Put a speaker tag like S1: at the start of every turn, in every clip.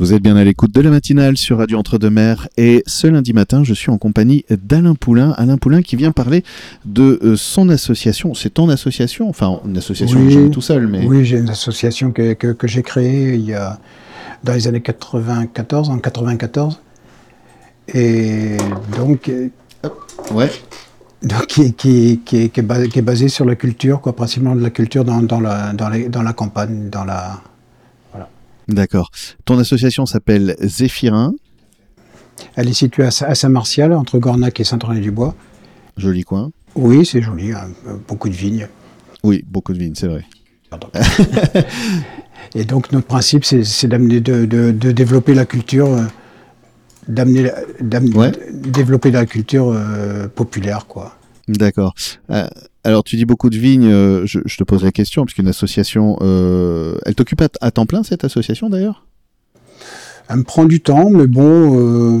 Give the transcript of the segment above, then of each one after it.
S1: Vous êtes bien à l'écoute de la matinale sur Radio Entre-deux-Mers et ce lundi matin, je suis en compagnie d'Alain Poulain. Alain Poulain qui vient parler de euh, son association. C'est ton association Enfin, une association que
S2: Oui.
S1: j'ai tout seul, mais
S2: Oui, j'ai une association que, que- que j'ai créée il y a, dans les années 94, en 94. Et donc, euh,
S1: ouais.
S2: donc qui, qui, qui est- qui est basée, qui est basée sur la culture, quoi, principalement de la culture dans, dans, la, dans, les- dans la campagne, dans la...
S1: D'accord. Ton association s'appelle Zéphirin.
S2: Elle est située à, Sa- à Saint-Martial, entre Gornac et Saint-René-du-Bois.
S1: Joli coin.
S2: Oui, c'est joli, hein, beaucoup de vignes.
S1: Oui, beaucoup de vignes, c'est vrai.
S2: Pardon. Et donc notre principe, c'est c'est d'amener, de, de- de développer la culture, euh, d'amener, la- d'amener-
S1: Ouais.
S2: de développer la culture euh, populaire, quoi.
S1: D'accord. Euh, alors, tu dis beaucoup de vignes. euh, je, je te pose la question, puisqu'une association. euh, elle t'occupe à, à temps plein, cette association, d'ailleurs
S2: Elle me prend du temps, mais bon, euh,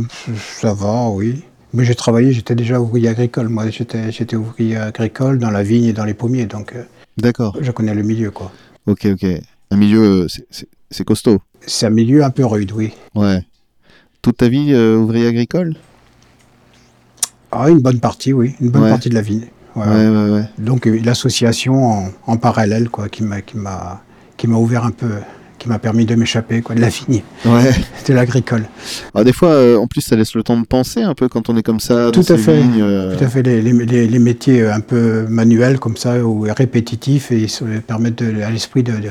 S2: ça va, oui. Mais j'ai travaillé, j'étais déjà ouvrier agricole. Moi, j'étais, j'étais ouvrier agricole dans la vigne et dans les pommiers, donc euh,
S1: D'accord.
S2: je connais le milieu, quoi.
S1: Ok, ok. Un milieu, euh, c'est- c'est c'est costaud.
S2: C'est un milieu un peu rude, oui.
S1: Ouais. Toute ta vie, euh, ouvrier agricole
S2: Ah, une bonne partie, oui, une bonne
S1: Ouais.
S2: partie de la vigne. Voilà.
S1: ouais, ouais.
S2: Donc euh, l'association en, en parallèle quoi, qui m'a qui m'a qui m'a ouvert un peu, qui m'a permis de m'échapper quoi de la vigne,
S1: Ouais.
S2: de l'agricole.
S1: Alors, des fois, euh, en plus, ça laisse le temps de penser un peu quand on est comme ça.
S2: Tout
S1: dans
S2: à
S1: ces
S2: fait.
S1: vignes, euh,
S2: Tout à fait les, les, les- les métiers euh, un peu manuels comme ça ou répétitifs et ils se- permettent de- à l'esprit de, de,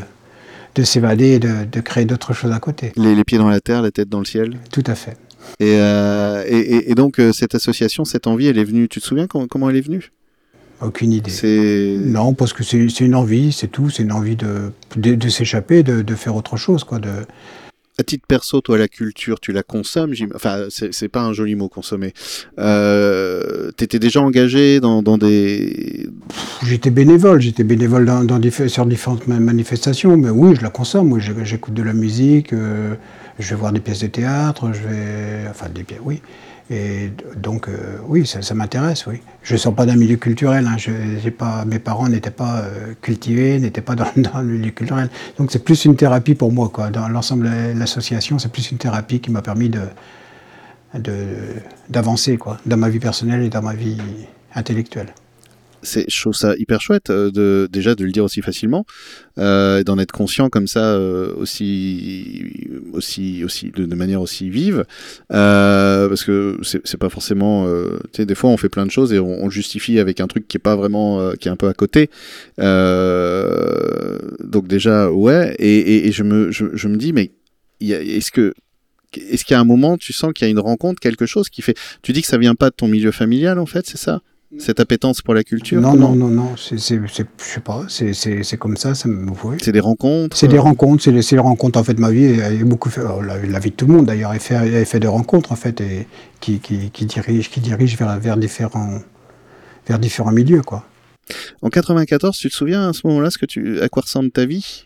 S2: de s'évader et de, de créer d'autres choses à côté.
S1: Les, les pieds dans la terre, la tête dans le ciel.
S2: Tout à fait.
S1: Et, euh, et, et- et donc, euh, cette association, cette envie, elle est venue. Tu te souviens com- comment elle est venue
S2: Aucune idée.
S1: C'est.
S2: Non, parce que c'est c'est une envie, c'est tout, c'est une envie de, de, de s'échapper, de, de faire autre chose, quoi, de,
S1: À titre perso, toi, la culture, tu la consommes j'im- Enfin, c'est c'est pas un joli mot, consommer. Euh, T'étais déjà engagé dans, dans des.
S2: J'étais bénévole, j'étais bénévole dans, dans diffé- sur différentes ma- manifestations, mais oui, je la consomme, oui, je- j'écoute de la musique, euh, je vais voir des pièces de théâtre, je vais... Enfin, des pièces, oui. Et d- donc, euh, oui, ça, ça m'intéresse, oui. Je ne sors pas d'un milieu culturel, hein, je- j'ai pas, mes parents n'étaient pas euh, cultivés, n'étaient pas dans, dans le milieu culturel. Donc c'est plus une thérapie pour moi, quoi. Dans l'ensemble de l'association, c'est plus une thérapie qui m'a permis de de- d'avancer, quoi, dans ma vie personnelle et dans ma vie intellectuelle.
S1: C'est je trouve ça hyper chouette euh, de déjà de le dire aussi facilement, euh, et d'en être conscient comme ça euh, aussi aussi aussi de, de manière aussi vive, euh, parce que c'est c'est pas forcément. euh, tu sais, des fois on fait plein de choses et on, on le justifie avec un truc qui est pas vraiment euh, qui est un peu à côté. Euh, donc déjà ouais, et, et- et je me je, je me dis mais il y a- est-ce que est-ce qu'il y a un moment, tu sens qu'il y a une rencontre, quelque chose qui fait. Tu dis que ça vient pas de ton milieu familial, en fait, c'est ça Cette appétence pour la culture
S2: Non,
S1: comment
S2: non, non, non, c'est, c'est, c'est- je sais pas, c'est, c'est, c'est comme ça, ça me oui.
S1: C'est des rencontres
S2: C'est des rencontres, c'est, des- c'est les rencontres, en fait, ma vie, elle est beaucoup fait, oh, la, la vie de tout le monde d'ailleurs, est fait, est fait de rencontres, en fait, et qui, qui, qui dirige, qui dirige vers, vers, différents, vers différents milieux, quoi.
S1: En 94, tu te souviens à ce moment-là ce que tu, à quoi ressemble ta vie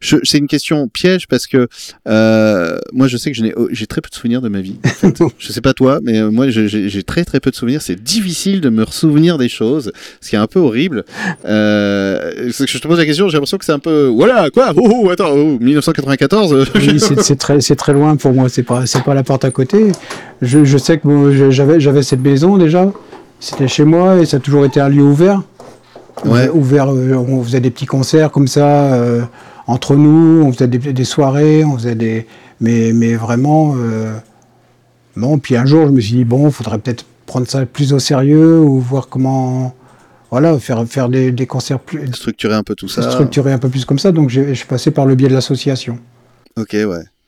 S1: Je- C'est une question piège parce que euh, moi, je sais que je n'ai- oh, j'ai très peu de souvenirs de ma vie. en fait. je sais pas toi, mais euh, moi, je- j'ai j'ai très très peu de souvenirs. C'est difficile de me souvenir des choses, ce qui est un peu horrible. Euh, c'est que je te pose la question, j'ai l'impression que c'est un peu voilà quoi. Oh, oh, attends, oh, 1994. euh,
S2: Oui, c'est, c'est très, c'est très loin pour moi, c'est pas, c'est pas la porte à côté. Je, je sais que bon, je- j'avais, j'avais cette maison déjà, c'était chez moi, et ça a toujours été un lieu ouvert.
S1: Ouais.
S2: ouvert, euh, on faisait des petits concerts comme ça euh, entre nous, on faisait des, des soirées, on faisait des, mais, mais vraiment, euh, non. Puis un jour, je me suis dit bon, faudrait peut-être prendre ça plus au sérieux ou voir comment, voilà, faire faire des, des concerts plus
S1: Structurer un peu tout ça.
S2: structurés un peu plus comme ça. Donc j'ai- je suis passé par le biais de l'association.
S1: Ok, ouais.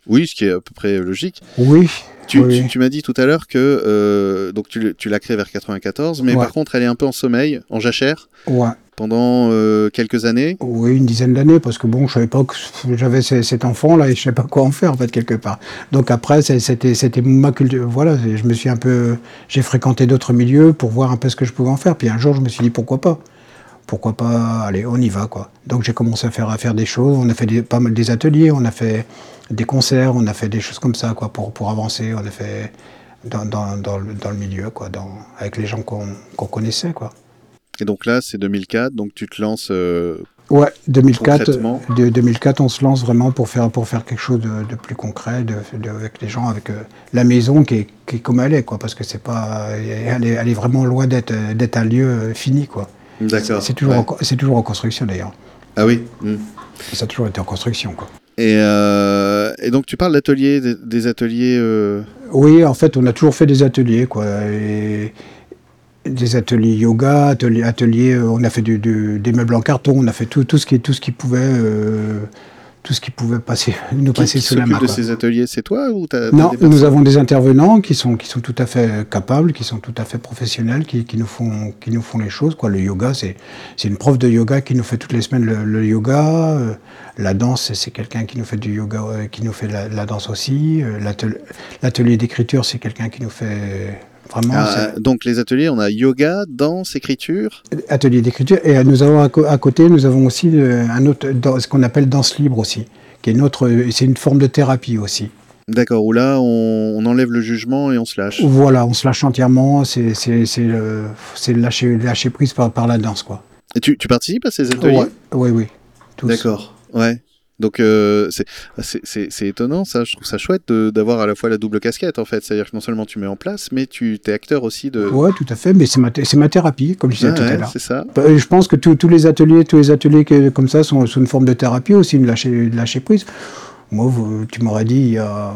S1: Oui, ce qui est à peu près logique.
S2: Oui.
S1: Tu,
S2: oui.
S1: tu, tu m'as dit tout à l'heure que euh, donc tu, le- tu l'as créée vers 94, mais
S2: Ouais.
S1: par contre elle est un peu en sommeil, en jachère,
S2: Ouais.
S1: pendant euh, quelques années.
S2: Oui, une dizaine d'années, parce que bon, je savais pas que j'avais ce- cet enfant-là et je savais pas quoi en faire, en fait, quelque part. Donc après, c'est- c'était, c'était ma culture. Voilà, c'est- je me suis un peu. J'ai fréquenté d'autres milieux pour voir un peu ce que je pouvais en faire. Puis un jour, je me suis dit pourquoi pas. Pourquoi pas, allez, on y va, quoi. Donc j'ai commencé à faire, à faire des choses. On a fait des- pas mal des ateliers, on a fait des concerts, on a fait des choses comme ça, quoi, pour, pour avancer. On a fait dans, dans, dans, le, dans le milieu, quoi, dans, avec les gens qu'on, qu'on connaissait, quoi.
S1: Et donc là, c'est 2004, donc tu te lances euh,
S2: Ouais, 2004, de, 2004, on se lance vraiment pour faire, pour faire quelque chose de, de plus concret de, de, avec les gens, avec euh, la maison qui est, qui est, comme elle est, quoi, parce que c'est pas, elle est, elle est vraiment loin d'être, d'être un lieu euh, fini, quoi.
S1: D'accord.
S2: C'est toujours, ouais. en, c'est toujours en construction d'ailleurs.
S1: Ah oui. Mmh.
S2: Ça a toujours été en construction, quoi.
S1: Et, euh, et, donc tu parles d'ateliers, des, des ateliers. euh,
S2: Oui, en fait, on a toujours fait des ateliers, quoi. Et des ateliers yoga, ateliers, ateliers euh, on a fait du, du, des meubles en carton, on a fait tout, tout, ce, qui, tout ce qui pouvait. Euh, tout ce qui pouvait passer, nous
S1: qui,
S2: passer
S1: qui
S2: sous la main.
S1: de ces ateliers, c'est toi ou t'as,
S2: Non, t'as nous avons des intervenants qui sont, qui sont tout à fait capables, qui sont tout à fait professionnels, qui, qui nous, font, qui nous font les choses. Quoi. Le yoga, c'est, c'est une prof de yoga qui nous fait toutes les semaines le, le yoga. Euh, la danse, c'est quelqu'un qui nous fait du yoga, euh, qui nous fait la, la danse aussi. euh, L'atelier, l'atelier d'écriture, c'est quelqu'un qui nous fait euh, Vraiment,
S1: ah, donc les ateliers, on a yoga, danse, écriture.
S2: Atelier d'écriture. Et euh, nous avons à, co- à côté, nous avons aussi euh, un autre, ce qu'on appelle danse libre aussi, qui est notre, euh, c'est une forme de thérapie aussi.
S1: D'accord, où là, on, on, enlève le jugement et on se lâche.
S2: Voilà, on se lâche entièrement, c'est, c'est, c'est, le, c'est lâcher, lâcher prise par, par la danse. Quoi.
S1: Et tu, tu participes à ces ateliers
S2: Oui, oui. oui
S1: tous. D'accord, ouais. Donc euh, c'est, c'est, c'est, c'est étonnant, ça. Je trouve ça chouette de, d'avoir à la fois la double casquette, en fait. C'est-à-dire que non seulement tu mets en place, mais tu es acteur aussi de.
S2: Ouais, tout à fait. Mais c'est ma, th- ma thérapie, comme je disais
S1: ah
S2: tout
S1: Euh. ouais,
S2: à l'heure. Bah, euh,
S1: C'est ça.
S2: Je pense que tout, tous les ateliers, tous les ateliers que, comme ça sont sous une forme de thérapie aussi, de lâcher, de lâcher prise. Moi, vous, tu m'aurais dit il y a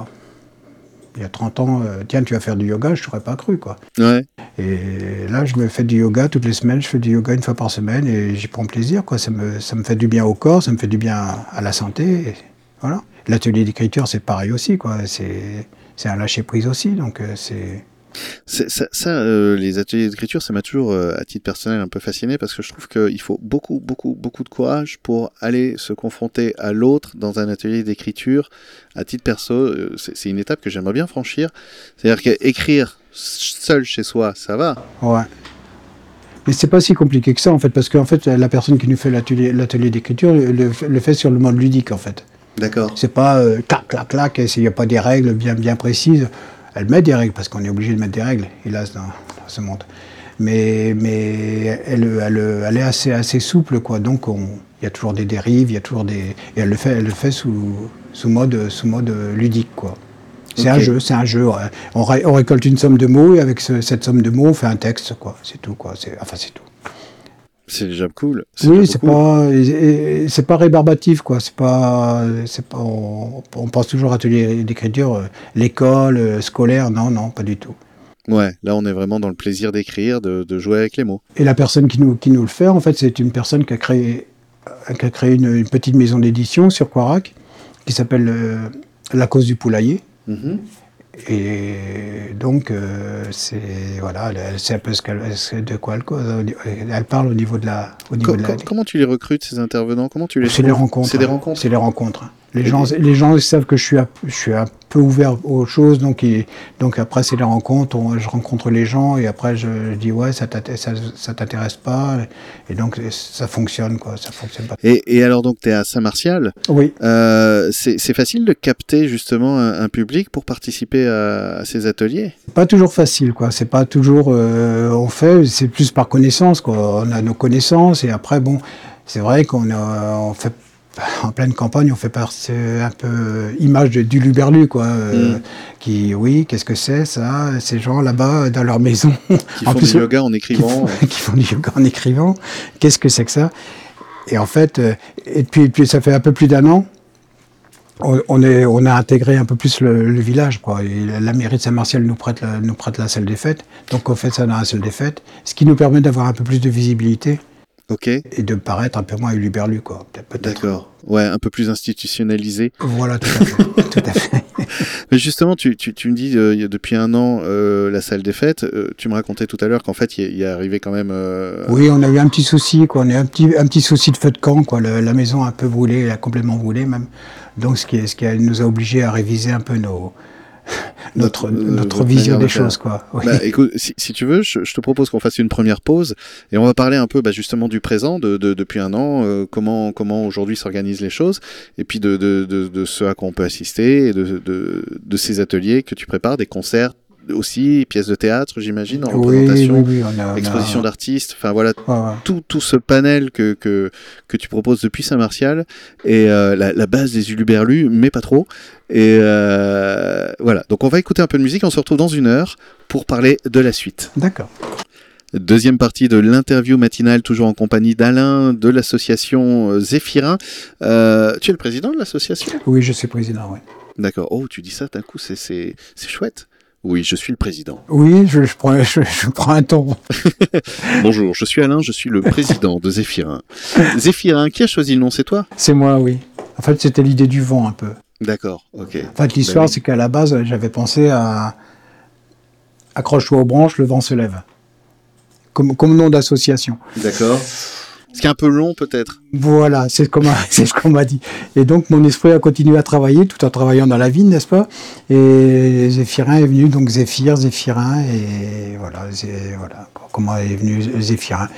S2: il y a 30 ans, euh, tiens, tu vas faire du yoga, je t'aurais pas cru, quoi.
S1: Ouais.
S2: Et là, je me fais du yoga toutes les semaines, je fais du yoga une fois par semaine et j'y prends plaisir, quoi. Ça me, ça me fait du bien au corps, ça me fait du bien à la santé, et voilà. L'atelier d'écriture, c'est pareil aussi, quoi. C'est, c'est un lâcher-prise aussi, donc euh, c'est...
S1: C'est, ça, ça euh, les ateliers d'écriture, ça m'a toujours, euh, à titre personnel, un peu fasciné parce que je trouve qu'il faut beaucoup, beaucoup, beaucoup de courage pour aller se confronter à l'autre dans un atelier d'écriture. À titre perso, euh, c'est, c'est une étape que j'aimerais bien franchir. C'est-à-dire qu'écrire seul chez soi, ça va.
S2: Ouais. Mais c'est pas si compliqué que ça en fait, parce qu'en fait, la personne qui nous fait l'atelier, l'atelier d'écriture le, le fait sur le mode ludique en fait.
S1: D'accord.
S2: C'est pas euh, clac, clac, clac, il n'y a pas des règles bien, bien précises elle met des règles, parce qu'on est obligé de mettre des règles, hélas, dans, dans ce monde. Mais, mais elle, elle, elle, est assez, assez souple, quoi. Donc, il y a toujours des dérives, il y a toujours des. Et elle le fait, elle le fait sous, sous, mode, sous mode ludique, quoi. C'est okay. un jeu, c'est un jeu. On, ré, on, récolte une somme de mots et avec ce, cette somme de mots, on fait un texte, quoi. C'est tout, quoi. C'est, enfin, c'est tout.
S1: C'est déjà cool.
S2: C'est oui, c'est cool. pas, et, et, c'est pas rébarbatif quoi. C'est pas, c'est pas. On, on pense toujours à atelier d'écriture, euh, l'école euh, scolaire, non, non, pas du tout.
S1: Ouais, là on est vraiment dans le plaisir d'écrire, de, de, jouer avec les mots.
S2: Et la personne qui nous qui nous le fait, en fait, c'est une personne qui a créé, euh, qui a créé une, une petite maison d'édition sur Quarac, qui s'appelle euh, La cause du poulailler. Mm-hmm. Et donc, euh, c'est voilà, c'est un peu ce qu'elle, c'est de quoi elle cause. Elle parle au niveau de la. Au niveau
S1: Com-
S2: de la...
S1: Comment tu les recrutes ces intervenants Comment tu les
S2: C'est les rencontres. hein.
S1: C'est des rencontres.
S2: C'est les rencontres. hein. Les Et gens, des... les gens ils savent que je suis, à, je suis un peu ouvert aux choses, donc, ils, donc après c'est les rencontres, on, je rencontre les gens et après je, je dis ouais, ça t'intéresse, ça, ça t'intéresse pas, et donc ça fonctionne quoi, ça fonctionne pas.
S1: Et, et alors donc tu es à Saint-Martial
S2: Oui.
S1: Euh, c'est, c'est facile de capter justement un, un public pour participer à, à ces ateliers
S2: Pas toujours facile quoi, c'est pas toujours, euh, on fait, c'est plus par connaissance quoi, on a nos connaissances et après bon, c'est vrai qu'on a, on fait en pleine campagne, on fait partie euh, un peu image de, du Luberlu, quoi. Euh, mm. Qui, oui, qu'est-ce que c'est ça Ces gens là-bas dans leur maison,
S1: qui font plus, du yoga en écrivant,
S2: euh, qui, qui, font du yoga en écrivant. Qu'est-ce que c'est que ça Et en fait, euh, et puis, puis, ça fait un peu plus d'un an. On, on, est, on a intégré un peu plus le, le village. Quoi. Et la, la mairie de Saint-Martial nous prête, la, nous prête la salle des fêtes. Donc on fait ça dans la salle des fêtes, ce qui nous permet d'avoir un peu plus de visibilité.
S1: Okay.
S2: Et de paraître un peu moins huluberlu, quoi. Peut-être.
S1: euh, D'accord. Ouais, un peu plus institutionnalisé.
S2: Voilà, tout à fait. tout à fait.
S1: Mais justement, tu, tu, tu me dis euh, depuis un an euh, la salle des fêtes. Euh, tu me racontais tout à l'heure qu'en fait, il est arrivé quand même. euh,
S2: Oui, on a eu un petit souci, quoi. On a eu un petit, un petit souci de feu de camp, quoi. Le, la maison a un peu brûlé, elle a complètement brûlé même. Donc, ce qui, ce qui nous a obligés à réviser un peu nos, notre,
S1: euh,
S2: notre vision des choses. Quoi.
S1: Oui. Bah, écoute, si, si, tu veux, je, je, te propose qu'on fasse une première pause et on va parler un peu bah, justement du présent, de, de, depuis un an, euh, comment, comment aujourd'hui s'organisent les choses, et puis de, de, de, ce à quoi on peut assister, et de, de, ces ateliers que tu prépares, des concerts aussi, pièces de théâtre, j'imagine, Bah, en
S2: Oui,
S1: représentation,
S2: oui, oui, on a- on a-
S1: exposition d'artistes, enfin voilà,
S2: Ouais, ouais.
S1: tout, tout ce panel que, que, que tu proposes depuis Saint-Martial et euh, la, la base des Uluberlus, mais pas trop. Et euh, voilà, donc on va écouter un peu de musique, on se retrouve dans une heure pour parler de la suite.
S2: D'accord.
S1: Deuxième partie de l'interview matinale, toujours en compagnie d'Alain de l'association euh, Zéphirin. Euh, tu es le président de l'association
S2: Oui, je suis président, oui.
S1: D'accord. Oh, tu dis ça d'un coup, c'est- c'est c'est chouette. Oui, je suis le président.
S2: Oui, je, je prends, je, je prends un ton.
S1: Bonjour, je suis Alain, je suis le président de Zéphirin. Zéphirin, qui a choisi le nom C'est toi
S2: C'est moi, oui. En fait, c'était l'idée du vent un peu.
S1: D'accord, ok.
S2: En fait, l'histoire,
S1: Ben oui.
S2: c'est qu'à la base, j'avais pensé à Accroche-toi aux branches, le vent se lève. Comme, comme nom d'association.
S1: D'accord. Ce qui est un peu long peut-être.
S2: Voilà, c'est ce qu'on m'a- c'est ce qu'on m'a dit. Et donc, mon esprit a continué à travailler tout en travaillant dans la vigne, n'est-ce pas Et Zéphirin est venu, donc Zéphyr, Zéphirin, et voilà, Zé- voilà comment est venu Zéphirin.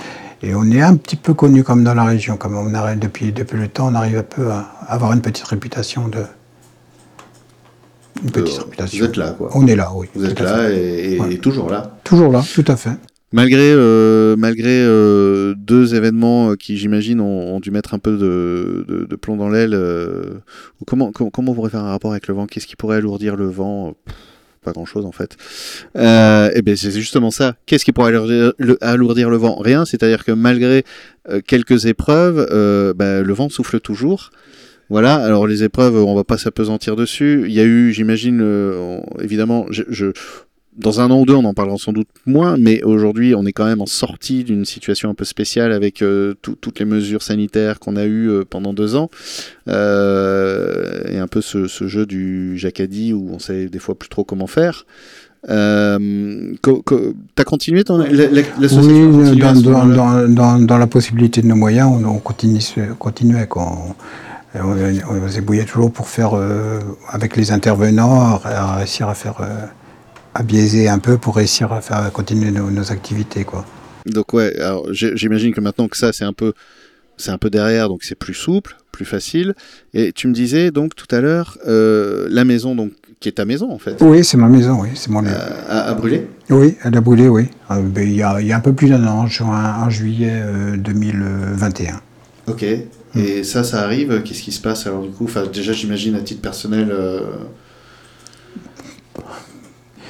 S2: Et on est un petit peu connu comme dans la région, comme on arrive depuis, depuis le temps, on arrive un peu à avoir une petite réputation de. Une petite
S1: Euh,
S2: réputation.
S1: vous êtes là, quoi.
S2: On est là, oui.
S1: Vous êtes
S2: tout à
S1: là
S2: fait.
S1: et, et-
S2: Ouais.
S1: et toujours là.
S2: Toujours là, tout à fait.
S1: Malgré, euh, malgré euh, deux événements euh, qui, j'imagine, ont, ont dû mettre un peu de, de- de plomb dans l'aile, euh, ou comment, com- comment on pourrait faire un rapport avec le vent Qu'est-ce qui pourrait alourdir le vent Pff, Pas grand-chose en fait. Euh, eh ben, c'est justement ça. Qu'est-ce qui pourrait alourdir le, alourdir le vent Rien. C'est-à-dire que malgré euh, quelques épreuves, euh, bah, le vent souffle toujours. Voilà, alors les épreuves, on va pas s'apesantir dessus. Il y a eu, j'imagine, euh, on- évidemment, je, je- dans un an ou deux, on en parlera sans doute moins, mais aujourd'hui, on est quand même en sortie d'une situation un peu spéciale avec euh, tout- toutes les mesures sanitaires qu'on a eues euh, pendant deux ans. Euh, et un peu ce, ce jeu du jacadi où on sait des fois plus trop comment faire. Euh, co- co- T'as continué ton, la, la- l'association a
S2: Oui,
S1: continué à
S2: dans,
S1: ce
S2: dans,
S1: moment-là
S2: dans, dans, dans la possibilité de nos moyens, on, on continue, ce- continuait. quoi. On, on, on s'ébrouillait toujours pour faire, euh, avec les intervenants, à, à réussir à faire, euh, à biaiser un peu pour réussir à faire à continuer nos, nos activités. Quoi.
S1: Donc ouais, alors j'ai- j'imagine que maintenant que ça c'est un peu c'est un peu derrière, donc c'est plus souple, plus facile. Et tu me disais donc tout à l'heure euh, la maison donc qui est ta maison en fait
S2: Oui, c'est ma maison, oui, c'est mon lieu.
S1: euh, à, à brûler.
S2: Oui, elle a brûlé, oui. Euh, ben, Il y, a, il y a un peu plus d'un an, en, juin- en juillet euh, 2021.
S1: Ok. Et ça ça arrive. Qu'est-ce qui se passe alors du coup Enfin déjà j'imagine à titre personnel euh,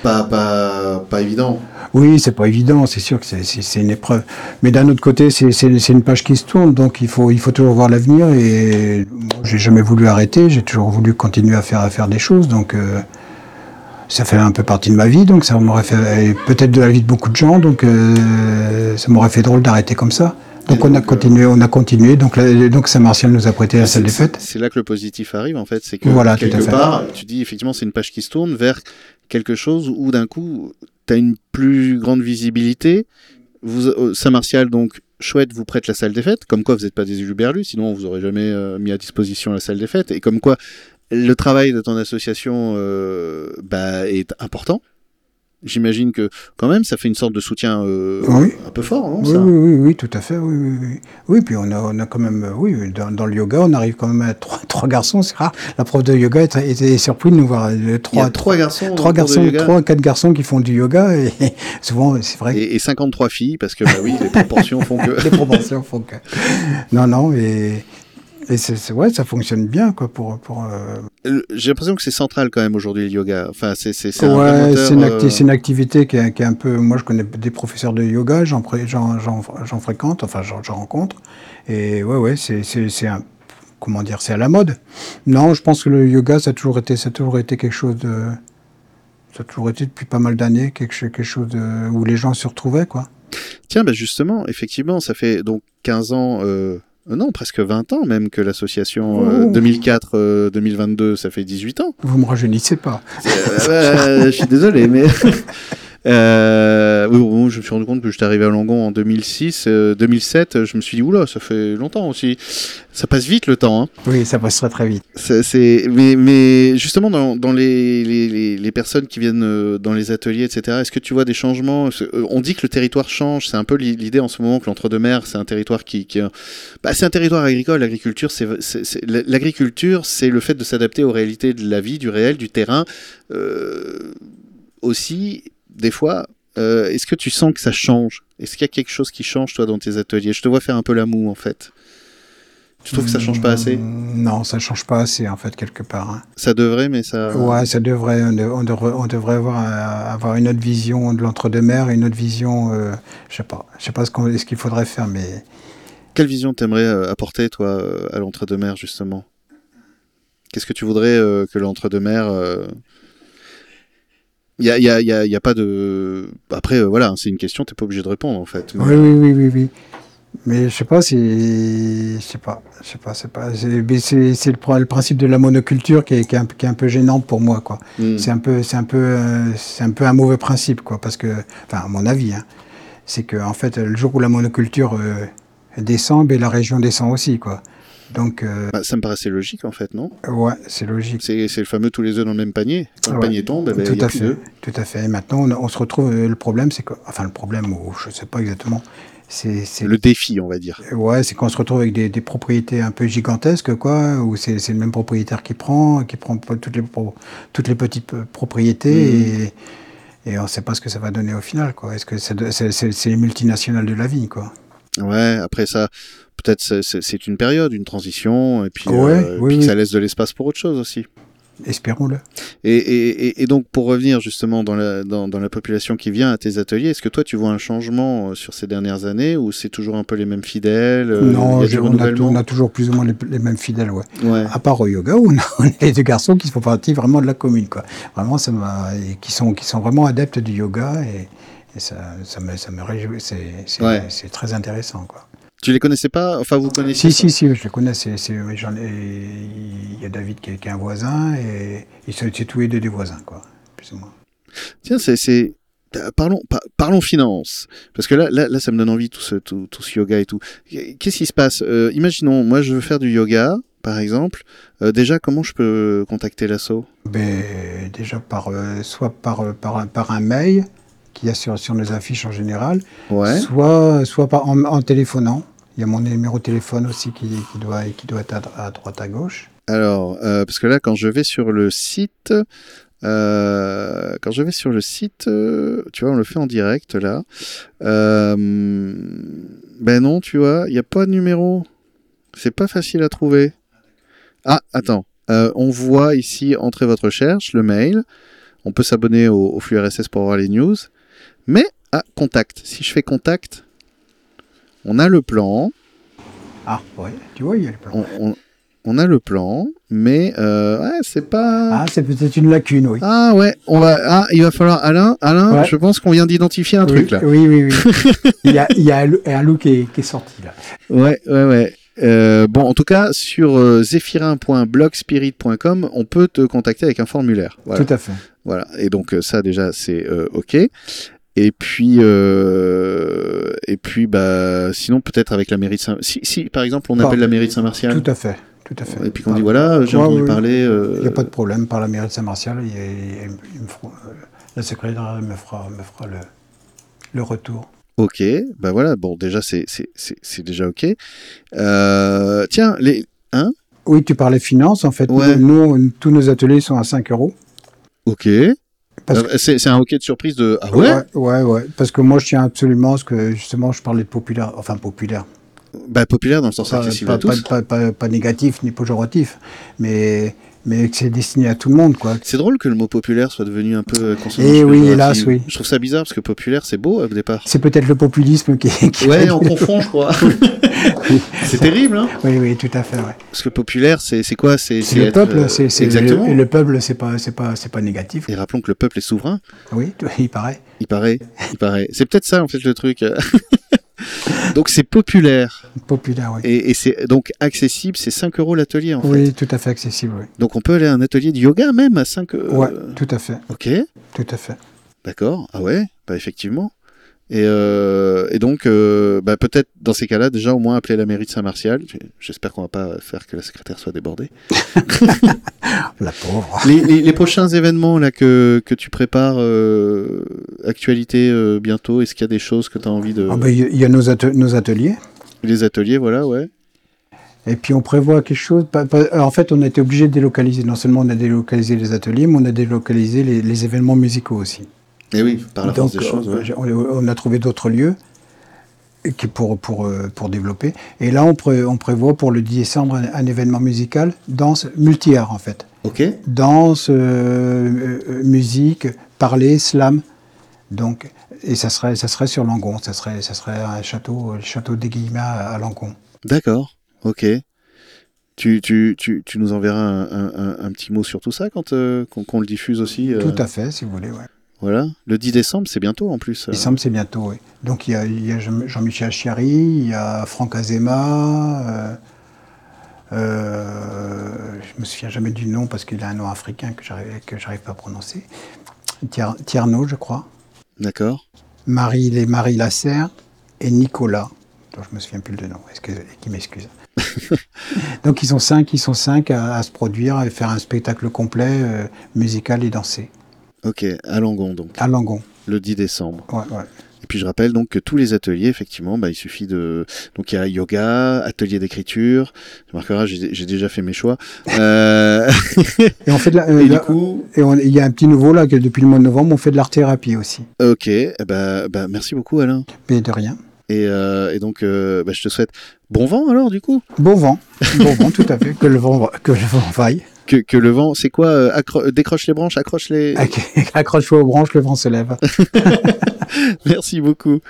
S1: pas pas pas évident.
S2: Oui, c'est pas évident, c'est sûr que c'est- c'est c'est une épreuve. Mais d'un autre côté, c'est- c'est c'est une page qui se tourne, donc il faut, il faut toujours voir l'avenir. Et moi, j'ai jamais voulu arrêter, j'ai toujours voulu continuer à faire, à faire des choses. Donc euh, ça fait un peu partie de ma vie, donc ça m'aurait fait et peut-être de la vie de beaucoup de gens, donc euh, ça m'aurait fait drôle d'arrêter comme ça. Donc
S1: Et
S2: on a
S1: donc, euh,
S2: continué, on a continué. Donc, la- donc Saint-Martial nous a prêté la salle des
S1: C'est-
S2: fêtes.
S1: C'est là que le positif arrive en fait, c'est que
S2: Voilà, tout à
S1: quelque
S2: fait.
S1: part, tu dis effectivement c'est une page qui se tourne vers quelque chose où d'un coup tu as une plus grande visibilité. Vous, euh, Saint-Martial donc chouette vous prête la salle des fêtes, comme quoi vous n'êtes pas des Uberlus, sinon on vous aurait jamais euh, mis à disposition la salle des fêtes, et comme quoi le travail de ton association euh, bah, est important. J'imagine que quand même ça fait une sorte de soutien euh,
S2: Oui.
S1: un peu fort, non
S2: Oui,
S1: ça
S2: oui, oui, oui, tout à fait. Oui, oui, oui. oui puis on a, on a quand même, euh, oui, dans, dans le yoga, on arrive quand même à trois, trois garçons, c'est rare. La prof de yoga était, était surprise de nous voir. euh,
S1: Il y
S2: Trois,
S1: a trois garçons, dans
S2: trois
S1: le cours de
S2: garçons,
S1: yoga.
S2: trois, quatre garçons qui font du yoga, et souvent, c'est vrai
S1: Et, et 53 filles, parce que bah oui, les proportions font que.
S2: que les proportions font que. Non, non, et, et c'est, c'est- ouais, ça fonctionne bien, quoi, pour. pour euh,
S1: Le- J'ai l'impression que c'est central quand même aujourd'hui le yoga. Enfin, c'est c'est c'est un vrai
S2: Ouais,
S1: moteur,
S2: c'est une,
S1: euh,
S2: acti- c'est une activité qui est, qui est un peu. Moi, je connais des professeurs de yoga, j'en pré- j'en- j'en- j'en fréquente, enfin, j'en j'en rencontre. Et ouais, ouais, c'est- c'est c'est un. Comment dire, c'est à la mode. Non, je pense que le yoga, ça a toujours été, ça a toujours été quelque chose de. Ça a toujours été depuis pas mal d'années, quelque, cho- quelque chose de- où les gens se retrouvaient, quoi.
S1: Tiens, bah justement, effectivement, ça fait donc 15 ans, euh, euh, non, presque 20 ans même que l'association euh,
S2: Oh.
S1: 2004-2022, ça fait 18 ans.
S2: Vous me rajeunissez pas.
S1: Euh, bah, je suis désolé, mais. Euh, oui, bon, je me suis rendu compte que j'étais arrivé à Langon en 2006, euh, 2007. Je me suis dit, oula, ça fait longtemps aussi. Ça passe vite le temps. hein.
S2: Oui, ça passera très vite.
S1: Ça, c'est mais, mais justement dans, dans les, les, les, les personnes qui viennent euh, dans les ateliers etc est-ce que tu vois des changements Est-ce- euh, on dit que le territoire change c'est un peu l'i- l'idée en ce moment que l'entre-deux-mers c'est un territoire qui, qui est un- bah, c'est un territoire agricole l'agriculture c'est c'est- c'est- l'agriculture c'est le fait de s'adapter aux réalités de la vie du réel du terrain euh, aussi, des fois, euh, est-ce que tu sens que ça change Est-ce qu'il y a quelque chose qui change, toi, dans tes ateliers Je te vois faire un peu la moue, en fait. Tu trouves que ça change pas assez
S2: Non, ça change pas assez en fait quelque part. hein.
S1: Ça devrait, mais ça.
S2: Ouais, ça devrait, on, de- on devrait, on devrait avoir, euh, avoir une autre vision de l'entre-deux-mer, une autre vision, euh, je sais pas, je sais pas ce qu'on- ce qu'il faudrait faire, mais
S1: Quelle vision t'aimerais euh, apporter, toi, euh, à l'entre-deux-mer, justement Qu'est-ce que tu voudrais euh, que l'entre-deux-mer. Il n'y a, y a- y a- y a pas de. Après, euh, voilà, c'est une question, t'es pas obligé de répondre, en fait.
S2: oui, oui, oui, oui, oui. Mais je sais pas si, je sais pas, je sais pas, c'est pas, c'est mais c'est- c'est le, pro- le principe de la monoculture qui est, qui est un, qui est un peu gênant pour moi, quoi.
S1: Mm.
S2: C'est un peu, c'est un peu, euh, c'est un peu un mauvais principe, quoi, parce que, enfin, à mon avis, hein, c'est que en fait, le jour où la monoculture euh, descend, ben, la région descend aussi, quoi. Donc, euh,
S1: Bah, ça me paraissait logique, en fait, non
S2: ouais, c'est logique.
S1: C'est c'est le fameux tous les œufs dans le même panier. Quand le
S2: Ouais.
S1: panier tombe, eh ben, il
S2: tout
S1: y a
S2: à
S1: plus
S2: fait,
S1: d'œufs.
S2: tout à fait. Et maintenant, on, on se retrouve. euh, le problème, c'est que, enfin, le problème, ou je sais pas exactement, c'est, c'est
S1: Le défi, on va dire.
S2: Ouais, c'est qu'on se retrouve avec des, des propriétés un peu gigantesques, quoi, où c'est c'est le même propriétaire qui prend, qui prend pas toutes les, pro- toutes les petites euh, propriétés
S1: Mmh.
S2: et, et on ne sait pas ce que ça va donner au final, quoi. Est-ce que ça de- c'est c'est- c'est les multinationales de la vie, quoi
S1: Ouais, après ça, peut-être c'est- c'est c'est une période, une transition, et puis,
S2: Ouais,
S1: euh, et
S2: oui,
S1: puis que
S2: oui.
S1: ça laisse de l'espace pour autre chose aussi.
S2: Espérons-le.
S1: Et, et, et- et donc, pour revenir justement dans la, dans, dans la population qui vient à tes ateliers, est-ce que toi, tu vois un changement euh, sur ces dernières années ou c'est toujours un peu les mêmes fidèles euh, il y a
S2: non,
S1: du
S2: je- on, a,
S1: renouvellement
S2: on a toujours plus ou moins les, les mêmes fidèles, ouais.
S1: Ouais.
S2: À part au yoga, où on a, on a les deux garçons qui font partie vraiment de la commune, quoi. Vraiment, ça m'a, et qui sont, qui sont vraiment adeptes du yoga et, et ça, ça me, ça me réjouit. C'est c'est-
S1: Ouais.
S2: c'est très intéressant, quoi.
S1: Tu les connaissais pas Enfin, vous connaissiez
S2: Si, si, si, je les connais. c'est- c'est- oui, j'en ai- il y a David qui est, qui est un voisin et ils sont c'est tous les deux des voisins, quoi, plus ou moins.
S1: Tiens, c'est- c'est. euh, Parlons, par- parlons finance, parce que là, là, là, ça me donne envie tout ce, tout, tout ce yoga et tout. Qu'est-ce qui se passe Euh, Imaginons, moi, je veux faire du yoga, par exemple. Euh, déjà, comment je peux contacter l'asso
S2: Ben, déjà, par, euh, soit par, euh, par, un- par un mail qu'il y a sur, sur nos affiches en général,
S1: Ouais.
S2: soit, soit par, en, en téléphonant. Il y a mon numéro de téléphone aussi qui, qui doit, qui doit être à, dro- à droite, à gauche.
S1: Alors, euh, parce que là, quand je vais sur le site, euh, quand je vais sur le site, euh, tu vois, on le fait en direct là. Euh, ben non, tu vois, il n'y a pas de numéro. C'est pas facile à trouver. Ah, attends. Euh, on voit ici entrer votre recherche, le mail. On peut s'abonner au, au flux RSS pour voir les news. Mais, ah, contact. Si je fais contact, on a le plan.
S2: Ah, oui, tu vois, il y a les plans.
S1: On, on- on a le plan, mais euh, ouais, c'est pas.
S2: Ah, c'est peut-être une lacune, oui.
S1: Ah ouais, on va. Ah, il va falloir Alain. Alain,
S2: Ouais.
S1: je pense qu'on vient d'identifier un
S2: oui,
S1: truc là.
S2: Oui, oui, oui. il y a, il y a un loup- un loup qui est, qui est sorti, là.
S1: Ouais, ouais, ouais. Euh, bon, en tout cas, sur euh, zéphirin.blogspirit.com, on peut te contacter avec un formulaire. Voilà.
S2: Tout à fait.
S1: voilà. Et donc euh, ça déjà, c'est euh, ok. Et puis, euh, et puis, bah, sinon peut-être avec la mairie de Saint. Si, si, par exemple, on
S2: Par-
S1: appelle la mairie de Saint-Martial.
S2: Tout à fait. Tout à fait. Ah.
S1: Et puis qu'on dit voilà, euh, j'ai
S2: Ouais,
S1: entendu
S2: ouais.
S1: parler. euh,
S2: Il n'y a pas de problème par la mairie de Saint-Martial. il y a- il y a- il me fera- euh, la secrétaire me fera, me fera le, le retour.
S1: Ok, bah voilà, bon déjà c'est c'est- c'est- c'est déjà ok. Euh, tiens, les...
S2: Oui, tu parlais finances. En fait,
S1: Ouais.
S2: nous, nous, tous nos ateliers sont à 5 euros.
S1: ok,
S2: Parce
S1: Euh, c'est c'est un ok de surprise de... Ah ouais,
S2: ouais, ouais, ouais. Parce que moi, je tiens absolument à ce que, justement, je parlais de populaire. Enfin, populaire.
S1: Bah populaire dans le sens
S2: Pas,
S1: accessible
S2: pas-
S1: à tous.
S2: pas- pas- pas- pas négatif ni péjoratif. Mais, mais que c'est destiné à tout le monde, quoi.
S1: C'est drôle que le mot populaire soit devenu un peu euh, consonant
S2: Eh oui,
S1: péjoratif.
S2: hélas, oui.
S1: Je trouve ça bizarre parce que populaire c'est beau euh, au départ.
S2: C'est peut-être le populisme qui, qui-
S1: Ouais, on confond je crois. c'est terrible, hein
S2: Oui, oui, tout à fait, ouais.
S1: Parce que populaire c'est c'est quoi C'est
S2: C'est le
S1: être,
S2: peuple,
S1: euh,
S2: c'est c'est-
S1: Exactement.
S2: le- et le peuple, c'est pas, c'est pas, c'est pas négatif.
S1: Et rappelons que le peuple est souverain.
S2: Oui, il paraît.
S1: Il paraît, il paraît. C'est peut-être ça en fait le truc. Donc c'est populaire.
S2: Populaire, oui.
S1: Et, et c'est donc accessible, c'est 5 euros l'atelier en fait.
S2: Oui, tout à fait accessible, oui.
S1: Donc on peut aller à un atelier de yoga même à 5 euros.
S2: Ouais, tout à fait,
S1: Ok,
S2: tout à fait.
S1: d'accord. Ah ouais, bah effectivement. Et, euh, et donc, euh, bah peut-être dans ces cas-là, déjà au moins appeler la mairie de Saint-Martial. J'espère qu'on va pas faire que la secrétaire soit débordée.
S2: La pauvre.
S1: Les, les- les prochains événements là que, que tu prépares, euh, actualité euh, bientôt, est-ce qu'il
S2: bah.
S1: y a des choses que tu as envie de...
S2: Ah ben, Il y a- il y a nos, atel- nos ateliers.
S1: Les ateliers, voilà, ouais.
S2: Et puis on prévoit quelque chose. pas- pas- En fait, on a été obligé de délocaliser. Non seulement on a délocalisé les ateliers, mais on a délocalisé les, les événements musicaux aussi.
S1: Et Eh oui, par la
S2: Donc, euh,
S1: force des choses. ouais.
S2: on, on a trouvé d'autres lieux qui pour, pour, euh, pour développer. Et là, on, pré- on prévoit pour le 10 décembre un, un événement musical, danse, multi-art en fait.
S1: Ok.
S2: Danse, euh, euh, musique, parler, slam. Donc, et ça serait, ça serait sur Langon, ça serait, ça serait un château, le château des Guillemas à à Langon.
S1: D'accord. Ok. Tu, tu, tu, tu nous enverras un, un- un- un petit mot sur tout ça quand euh, qu'on qu'on le diffuse aussi. euh,
S2: Tout à fait, si vous voulez. Ouais.
S1: Voilà. Le 10 décembre, c'est bientôt en plus. euh.
S2: Il semble que c'est bientôt, oui. Donc il y a, il y a Jean- Jean-Michel Chiari, il y a Franck Azema, euh, euh, je me souviens jamais du nom parce qu'il a un nom africain que j'arrive que j'arrive pas à prononcer. Tier- Tierno, je crois.
S1: D'accord.
S2: Marie, les Marie Lasserre et Nicolas, dont je me souviens plus le nom, excusez, qui m'excuse. Donc ils sont cinq, ils sont cinq à, à se produire et faire un spectacle complet euh, musical et dansé
S1: Ok. À Langon, donc,
S2: à Langon.
S1: le 10 décembre.
S2: Ouais, ouais.
S1: Et puis je rappelle donc que tous les ateliers, effectivement, bah, il suffit de. Donc il y a yoga, atelier d'écriture. Tu marqueras, j'ai j'ai déjà fait mes choix. Euh,
S2: Et on fait de la- euh,
S1: et du
S2: la-
S1: coup,
S2: Et on- il y a un petit nouveau là que depuis le mois de novembre, on fait de l'art-thérapie aussi.
S1: ok. eh Bah, bah, merci beaucoup, Alain.
S2: Mais de rien.
S1: Et, euh, et donc, euh, bah, je te souhaite bon vent alors, du coup.
S2: Bon vent, bon vent, tout à fait. Que le vent, que le vent vaille.
S1: Que, que le vent, c'est quoi euh, accro- euh, Décroche les branches, accroche les.
S2: Ok, Accroche-toi aux branches, le vent se lève.
S1: Merci beaucoup.